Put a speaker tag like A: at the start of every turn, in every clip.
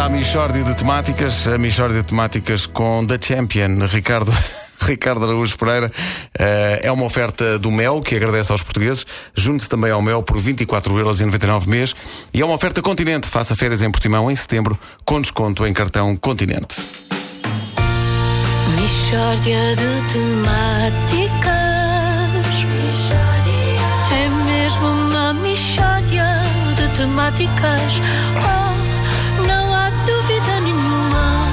A: À Michórdia de Temáticas, a Michórdia de Temáticas com The Champion, Ricardo. Ricardo Araújo Pereira eh, é uma oferta do Mel que agradece aos portugueses. Junte-se também ao Mel por 24,99€ mês e é uma oferta Continente. Faça férias em Portimão em setembro com desconto em cartão Continente.
B: Mishória de temáticas É mesmo uma mishória de temáticas Oh, não há dúvida nenhuma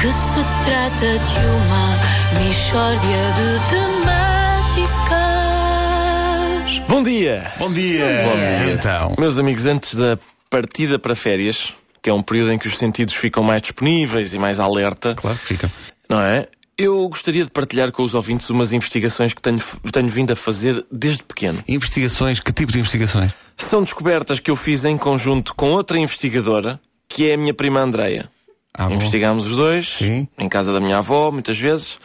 B: Que se trata de uma mishória de temáticas
C: Bom dia,
A: Bom dia! Então,
C: meus amigos. Antes da partida para férias, que é um período em que os sentidos ficam mais disponíveis e mais alerta,
A: claro que fica.
C: não é? Eu gostaria de partilhar com os ouvintes umas investigações que tenho, tenho vindo a fazer desde pequeno.
A: Investigações, que tipo de investigações?
C: São descobertas que eu fiz em conjunto com outra investigadora, que é a minha prima Andreia.
A: Ah, bom.
C: Investigámos os dois,
A: Sim.
C: em casa da minha avó, muitas vezes,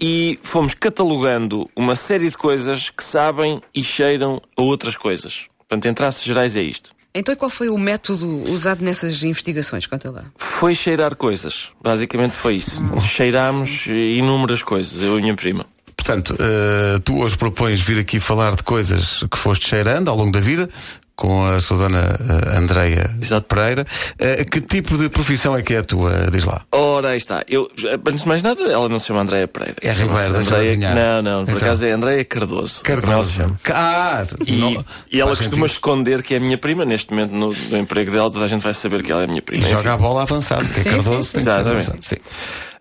C: e fomos catalogando uma série de coisas que sabem e cheiram a outras coisas. Portanto, em traços gerais é isto.
D: Então, e qual foi o método usado nessas investigações? Conta lá.
C: Foi cheirar coisas. Basicamente foi isso. Cheirámos inúmeras coisas, eu e a minha prima.
A: Portanto, eh, tu hoje propões vir aqui falar de coisas que foste cheirando ao longo da vida com a sua dona eh, Andreia
C: Exato.
A: Pereira. Eh, que tipo de profissão é que é a tua? Diz lá.
C: Ora, aí está. Eu, antes de mais nada, ela não se chama Andréia Pereira.
A: É
C: Chama-se
A: Ribeiro, deixa-me
C: Andreia-
A: adivinhar.
C: Não, não, por
A: Então.
C: acaso é Andréia Cardoso. é como ela se chama.
A: Ah,
C: E,
A: não-
C: e ela
A: faz
C: costuma
A: sentido.
C: esconder que é a minha prima. Neste momento, no, no emprego dela, toda a gente vai saber que ela é a minha
A: E
C: prima.
A: joga a bola avançada, que é
D: Sim,
A: Cardoso.
D: sim,
A: tem
C: sim.
A: que ser
C: Exatamente.
A: avançado, sim.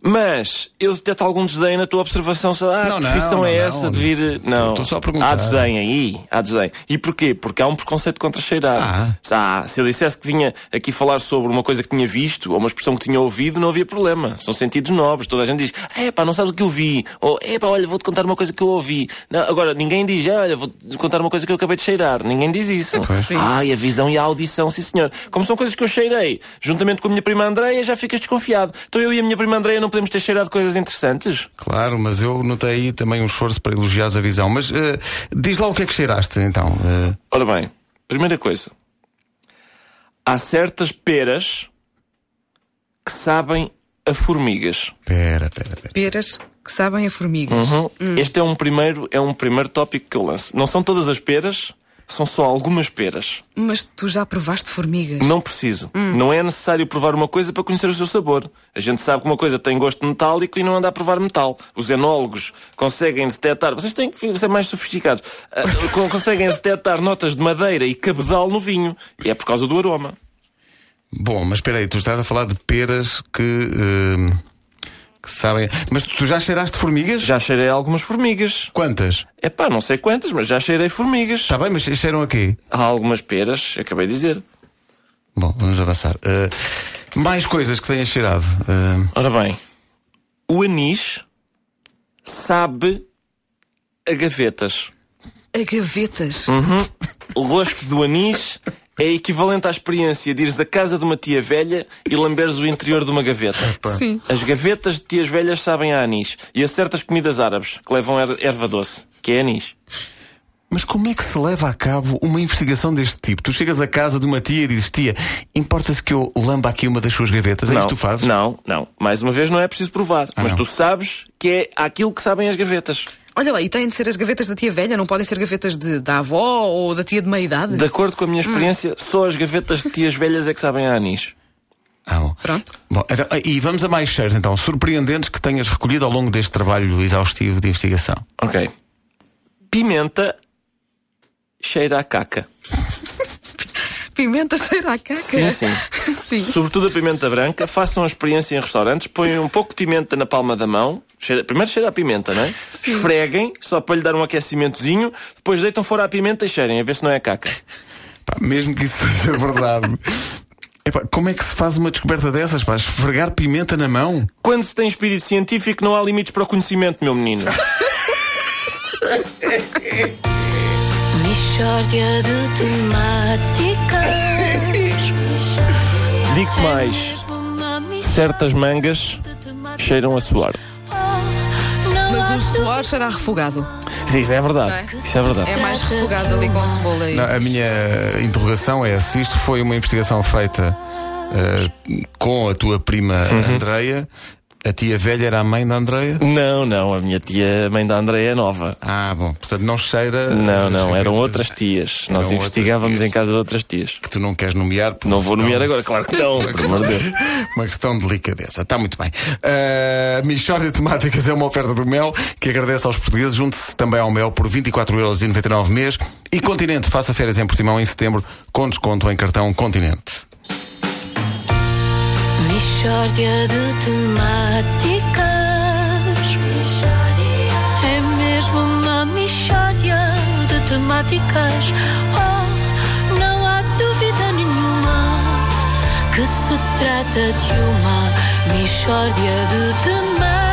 C: Mas eu deteto algum desdém na tua observação. Só, Ah,
A: Não,
C: que
A: não,
C: profissão é
A: não,
C: essa
A: não.
C: de vir. Não,
A: Estou só a perguntar.
C: Há desdém aí, há desdém. E porquê? Porque há um preconceito contra cheirar.
A: Ah.
C: Se há- se eu dissesse que vinha aqui falar sobre uma coisa que tinha visto ou uma expressão que tinha ouvido, não havia problema. São sentidos nobres. Toda a gente diz, é pá, não sabes o que eu vi. Ou é pá, olha, vou-te contar uma coisa que eu ouvi. Não, agora, ninguém diz, "Ah, olha, vou-te contar uma coisa que eu acabei de cheirar. Ninguém diz isso. Ai, a visão e a audição, sim senhor. Como são coisas que eu cheirei, juntamente com a minha prima Andreia, já ficas desconfiado. Então eu e a minha prima Andreia não podemos ter cheirado coisas interessantes?
A: Claro, mas eu notei aí também um esforço para elogiar a visão. Mas eh, diz lá o que é que cheiraste, então. eh.
C: Ora bem, primeira coisa. Há certas peras que sabem a formigas.
A: Pera, pera, pera.
D: Peras que sabem a formigas.
C: Este é um primeiro, é um primeiro tópico que eu lanço. Não são todas as peras, são só algumas peras.
D: Mas tu já provaste formigas?
C: Não preciso. Não é necessário provar uma coisa para conhecer o seu sabor. A gente sabe que uma coisa tem gosto metálico e não anda a provar metal. Os enólogos conseguem detectar. Vocês têm que ser mais sofisticados. Ah, con- conseguem detectar notas de madeira e cabedal no vinho. E é por causa do aroma.
A: Bom, mas espera aí, tu estás a falar de peras que. eh, que sabem. Mas tu já cheiraste formigas?
C: Já cheirei algumas formigas.
A: Quantas?
C: É pá, não sei quantas, mas já cheirei formigas.
A: Está bem, mas cheiram a quê?
C: Há algumas peras, acabei de dizer.
A: Bom, vamos avançar. Eh, mais coisas que tenhas cheirado. Eh,
C: Ora bem, o anis sabe a gavetas.
D: A gavetas.
C: Uhum. O gosto do anis é equivalente à experiência de ires da casa de uma tia velha e lamberes o interior de uma gaveta.
D: Sim.
C: As gavetas de tias velhas sabem a anis e a certas comidas árabes que levam er- erva doce, que é anis.
A: mas como é que se leva a cabo uma investigação deste tipo? Tu chegas à casa de uma tia e dizes, tia, importa-se que eu lamba aqui uma das suas gavetas? é
C: não,
A: isto que tu fazes? Ah,
C: Não, não. Mais uma vez, não é preciso provar. mas
A: não.
C: tu sabes que é aquilo que sabem as gavetas.
D: Olha lá, e têm de ser as gavetas da tia velha, não podem ser gavetas de, da avó ou da tia de meia idade?
C: De acordo com a minha experiência, só as gavetas de tias velhas é que sabem a anis.
A: Ah, bom.
D: Pronto.
A: Bom, então, e vamos a mais cheiros, então, surpreendentes que tenhas recolhido ao longo deste trabalho exaustivo de investigação.
C: Ok. Pimenta cheira a caca.
D: Pimenta cheira a caca.
C: Sim, sim.
D: Sim.
C: Sobretudo a pimenta branca, façam a experiência em restaurantes, põem um pouco de pimenta na palma da mão, cheira- primeiro cheira a pimenta, não é? Esfreguem, só para lhe dar um aquecimentozinho, depois deitam fora a pimenta e cheirem, a ver se não é caca.
A: Pá, mesmo que isso seja verdade. Epá, como é que se faz uma descoberta dessas? Pá? Esfregar pimenta na mão?
C: Quando se tem espírito científico, não há limites para o conhecimento, meu menino.
B: Mishória de temáticas
C: Digo-te mais: certas mangas cheiram a suor.
D: Mas o suor cheira a refogado.
C: Sim, isso é verdade.
D: Não é?
C: Isso é verdade.
D: É mais refogado ali com cebola e.
A: Não, a minha interrogação é se isto foi uma investigação feita eh, com a tua prima
C: Uhum.
A: Andreia. A tia velha era a mãe da Andreia?
C: Não, não, a minha tia, mãe da Andréia é nova.
A: Ah, bom, portanto não cheira.
C: Não, não, eram outras tias.
A: Eram
C: Nós
A: outras
C: investigávamos
A: tias.
C: em casa de outras tias.
A: Que tu não queres nomear. por
C: Não
A: uma
C: vou
A: questão-
C: nomear agora, claro que não, por amor de Deus.
A: Uma questão de delicadeza. Está muito bem. Eh, A Michórdia de Temáticas é uma oferta do Mel que agradece aos portugueses. Junte-se também ao Mel por 24,99€ mês. E Continente, faça férias em Portimão em setembro com desconto em cartão Continente.
B: Mixórdia de temáticas É mesmo uma mixórdia de temáticas Oh, não há dúvida nenhuma Que se trata de uma mixórdia de temáticas